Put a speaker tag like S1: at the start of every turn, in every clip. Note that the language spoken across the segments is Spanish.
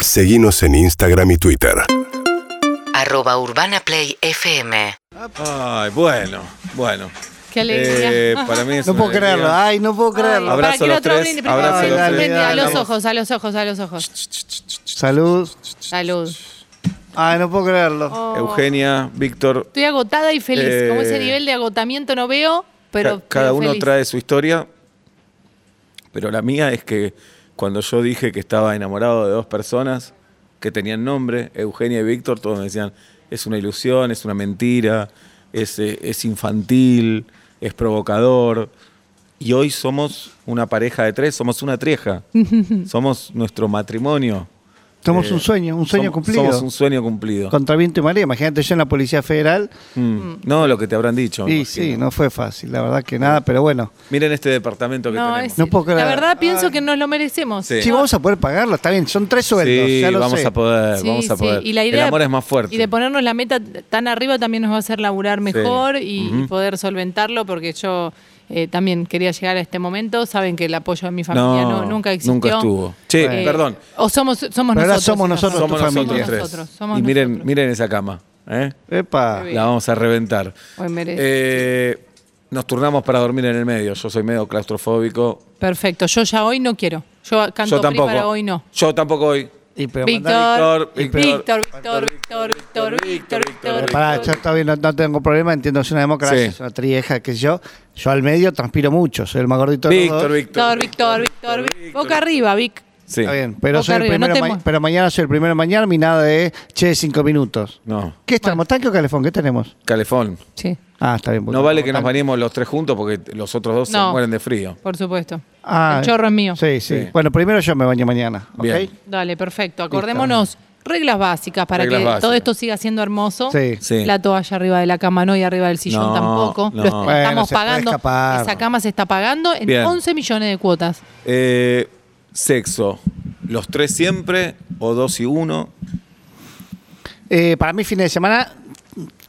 S1: Seguimos en Instagram y Twitter.
S2: Arroba Urbana Play FM.
S3: Ay, bueno, bueno.
S4: Qué alegría.
S3: Eh, para mí es
S5: No
S3: una
S5: puedo
S3: alegría.
S5: creerlo, ay, no puedo creerlo.
S3: Abrazo
S4: Para que
S3: a los
S4: el otro
S3: tres,
S4: brinde
S3: abrazo
S4: primero.
S5: a los
S4: Brinde
S5: tres.
S4: a los
S5: Dale.
S4: ojos, a los ojos, a los ojos.
S5: Salud.
S4: Salud.
S5: Ay, no puedo creerlo.
S4: Oh.
S3: Eugenia, Víctor.
S4: Estoy agotada y feliz.
S3: Eh,
S4: Como ese nivel de agotamiento no veo, pero.
S3: Ca- cada
S4: pero
S3: uno
S4: feliz.
S3: trae su historia, pero la mía es que cuando yo dije que estaba enamorado de dos personas que tenían nombre, Eugenia y Víctor, todos me decían, es una ilusión, es una mentira, es, eh, es infantil, es provocador. Y hoy somos una pareja de tres, somos una trieja, somos nuestro matrimonio.
S5: Somos
S3: Eh,
S5: un sueño, un sueño
S3: somos-
S5: cumplido.
S3: Somos un sueño cumplido.
S5: Contra viento y marea. Imagínate yo en la Policía Federal.
S3: Mm. No, lo que te habrán dicho. me
S5: Y
S3: imagino.
S5: sí, no fue fácil, la verdad que nada, pero bueno.
S3: Miren este departamento que
S4: No,
S3: tenemos.
S4: es-
S5: No puedo creer.
S4: La verdad pienso que nos lo merecemos.
S3: Sí.
S5: Sí, vamos a poder pagarlo, está bien, son tres sueldos,
S3: Sí,
S5: ya lo
S3: vamos
S5: sé.
S3: a poder,
S4: Sí,
S3: vamos a
S4: sí.
S3: poder.
S4: Y la idea
S3: el amor es más fuerte.
S4: Y de ponernos la meta tan arriba también nos va a hacer laburar mejor y, y
S3: Ujú.
S4: poder solventarlo, porque yo eh, también quería llegar a este momento. Saben que el apoyo de mi familia no, nunca existió.
S3: Nunca estuvo. Che,
S4: Eh,
S3: perdón.
S4: O somos, somos
S5: Pero ahora
S4: nosotros.
S5: somos nosotros tu
S3: Somos nosotros
S5: familia.
S3: tres.
S4: nosotros, somos
S3: y miren,
S4: nosotros.
S3: miren esa cama. ¿eh?
S5: Epa.
S4: Sí.
S3: La vamos a reventar.
S4: Hoy merece.
S3: Eh, nos turnamos para dormir en el medio. Yo soy medio claustrofóbico.
S4: Perfecto. Yo ya hoy no quiero. Yo canto
S3: Yo tampoco.
S4: para hoy no.
S3: Yo tampoco hoy.
S5: Y pero mandale-
S4: Víctor,
S3: Víctor,
S4: Víctor,
S3: Víctor,
S4: Víctor, Víctor, Víctor, Víctor,
S3: Víctor,
S4: Víctor.
S5: Pará, yo todavía no, no tengo problema, entiendo, es una democracia,
S3: Sí.
S5: es una trieja, qué sé yo. Yo al medio transpiro mucho, soy el más gordito de los
S3: Víctor,
S5: dos.
S3: Víctor.
S4: Víctor, Víctor, Víctor, Víctor. Boca arriba, Vic.
S3: Sí.
S5: Está bien, pero,
S4: Boca
S5: soy el
S4: arriba, no
S5: primero
S4: te
S5: ma-
S4: mu-
S5: pero mañana soy el primero de mañana, mi nada de, che, cinco minutos.
S3: No.
S5: ¿Qué estamos, tanque o calefón? ¿Qué tenemos?
S3: Calefón.
S4: Sí.
S5: Ah, está bien. porque
S3: No vale que nos
S5: estamos
S3: bañemos los tres juntos porque los otros dos
S4: No.
S3: se mueren de frío.
S4: Por supuesto.
S5: tan- Ah,
S4: el chorro es mío.
S5: Sí, sí,
S3: Sí.
S5: Bueno, primero yo me baño mañana, ¿ok?
S3: Bien.
S4: Dale, perfecto. Acordémonos. Reglas básicas para
S3: Reglas
S4: que
S3: básicas.
S4: todo esto siga siendo hermoso.
S5: Sí.
S3: Sí.
S4: La toalla arriba de la cama no y arriba del sillón
S3: No,
S4: tampoco.
S3: no.
S4: Lo est-
S3: Bueno,
S4: estamos
S5: se puede
S4: pagando.
S5: escapar.
S4: Esa cama se está pagando en
S3: Bien.
S4: 11 millones de cuotas.
S3: Eh, sexo. ¿Los tres siempre o dos y uno?
S5: Eh, para mí, fines de semana,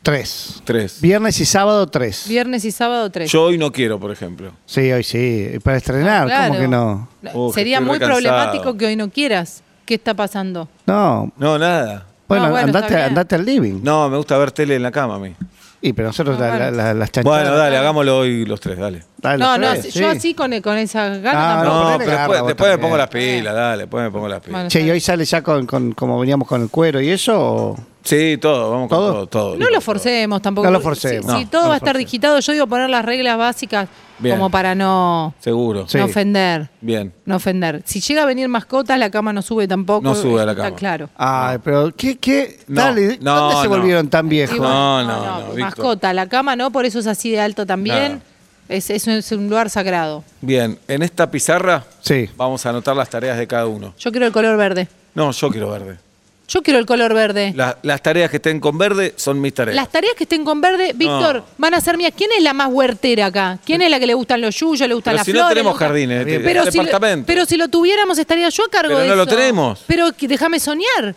S5: tres.
S3: Tres.
S5: Viernes y sábado, tres.
S4: Viernes y sábado 3.
S3: Yo hoy no quiero, por ejemplo.
S5: Sí, hoy sí. Para estrenar, ¿cómo que no?
S3: Uf,
S4: Ah, Sería
S3: estoy
S4: muy
S3: recansado.
S4: problemático que hoy no quieras. ¿Qué está pasando?
S5: No.
S3: No, nada.
S5: Bueno,
S4: bueno, está
S5: andate,
S4: bien.
S5: andate al living.
S3: No, me gusta ver tele en la cama a mí.
S5: Y pero nosotros
S4: No,
S5: la- la- la- las chanchadas.
S3: Bueno, dale, hagámoslo hoy los tres, dale.
S5: dale,
S4: No, no,
S5: tres,
S4: yo
S5: Ah, sí.
S4: así con, con esa gana
S5: Ah,
S4: tampoco.
S5: ponele
S3: No, pero
S5: garra
S3: después,
S5: vos
S3: después me
S5: también.
S3: pongo las pilas, dale, después me pongo las pilas.
S4: Bueno.
S5: Che, ¿y hoy sale ya con, con como veníamos con el cuero y eso? o?
S3: Sí, todo, vamos
S5: ¿Todo?
S3: con todo, todo.
S4: No lo forcemos tampoco.
S5: No lo forcemos.
S4: Si, si
S3: No,
S4: todo
S5: no
S4: va a
S5: lo
S4: estar
S5: forcemos.
S4: digitado, yo digo poner las reglas básicas
S3: Bien.
S4: como para no,
S3: Seguro.
S5: Sí.
S4: no ofender.
S3: Bien.
S4: No ofender. Si llega a venir mascotas, la cama no sube tampoco.
S3: No sube a la
S4: está
S3: cama.
S4: claro.
S5: Ay, Ah, pero ¿qué? qué?
S3: No,
S5: Dale,
S3: no,
S5: ¿dónde se
S3: no.
S5: volvieron tan viejos?
S4: Y
S3: No, no, no, Víctor.
S4: mascota, la cama no, por eso es así de alto también.
S3: Nada.
S4: Es, es un- es un lugar sagrado.
S3: Bien, en esta pizarra
S5: Sí.
S3: vamos a anotar las tareas de cada uno.
S4: Yo quiero el color verde.
S3: No, yo quiero verde.
S4: Yo quiero el color verde.
S3: La- las tareas que estén con verde son mis tareas.
S4: Las tareas que estén con verde, Víctor, van a ser mías. ¿Quién es la más huertera acá? ¿Quién es la que le gustan los yuyos, le gustan
S3: Pero
S4: las
S3: si no
S4: flores? le
S3: tenemos
S4: gustan-
S3: jardines, te-
S4: pero si, lo,
S3: departamento.
S4: pero si lo tuviéramos estaría yo a cargo
S3: Pero
S4: de
S3: no lo
S4: eso.
S3: tenemos.
S4: Pero que- déjame soñar.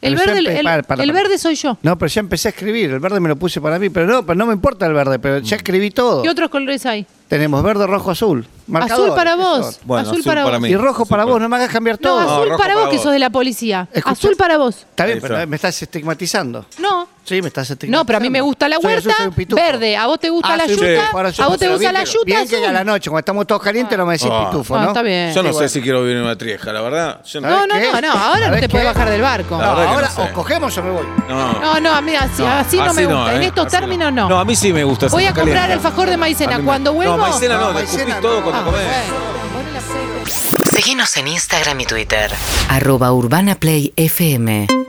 S4: El
S5: Pero ya
S4: verde, el,
S5: empe- para, para,
S4: el
S5: para.
S4: verde soy yo.
S5: No, pero ya empecé a escribir. El verde me lo puse para mí, pero no, pero no me importa el verde, pero ya escribí todo.
S4: ¿Qué otros colores hay?
S5: Tenemos verde, rojo, azul. Marcadores,
S4: azul para
S5: ¿qué
S4: vos.
S5: son?
S3: Bueno,
S4: azul,
S3: azul
S4: para,
S3: para
S4: vos.
S3: mí.
S5: Y rojo
S3: Azul
S5: para
S3: para-
S5: vos, no me hagas cambiar
S4: No,
S5: todo.
S3: No,
S4: azul
S3: rojo
S4: para
S3: para
S4: vos, que
S3: vos.
S4: sos de la policía.
S5: Escuchá.
S4: Azul para vos.
S5: Está bien,
S3: Ahí
S5: pero
S3: está.
S5: me estás estigmatizando.
S4: No.
S5: Sí, me estás estigmatizando.
S4: No, pero a mí me gusta la
S5: Soy azul,
S4: huerta
S5: soy un pituco.
S4: verde. A vos te gusta
S5: Ah,
S4: la
S5: soy un
S3: Sí.
S4: yuta.
S5: pituco, ahora soy
S4: A
S5: un
S4: vos te
S5: pituco,
S4: gusta la
S5: bien que-
S4: yuta
S5: Bien que a la
S4: azul.
S5: noche, cuando estamos todos calientes, no me decís
S3: Ah.
S5: pitufo,
S4: Ah,
S5: ¿no?
S4: está bien.
S3: Yo no
S5: Sí, bueno.
S3: sé si quiero vivir en una trieja, la verdad. Yo no,
S4: No, no,
S5: ¿Sabés
S4: no,
S5: qué?
S4: no. Ahora no
S5: ¿Sabés
S4: te puedes
S5: qué?
S4: bajar del barco.
S3: La verdad que
S5: ahora
S3: no sé.
S5: o cogemos o me voy.
S3: no.
S4: No, no, a mí así no, así no me gusta. En
S3: ¿eh?
S4: estos
S3: Así
S4: términos no.
S3: No, a mí sí me gusta.
S4: Voy a
S3: estar
S4: comprar
S3: caliente.
S4: alfajor de maicena.
S3: A mí me-
S4: Cuando vuelvo-
S3: No, maicena
S5: No,
S3: no, eh. te
S5: maicena
S3: escupís
S5: no.
S3: todo cuando
S4: Ah,
S3: comés.
S4: bueno, ponle la seca.
S2: Seguinos en Instagram y Twitter. Arroba Urbana Play FM.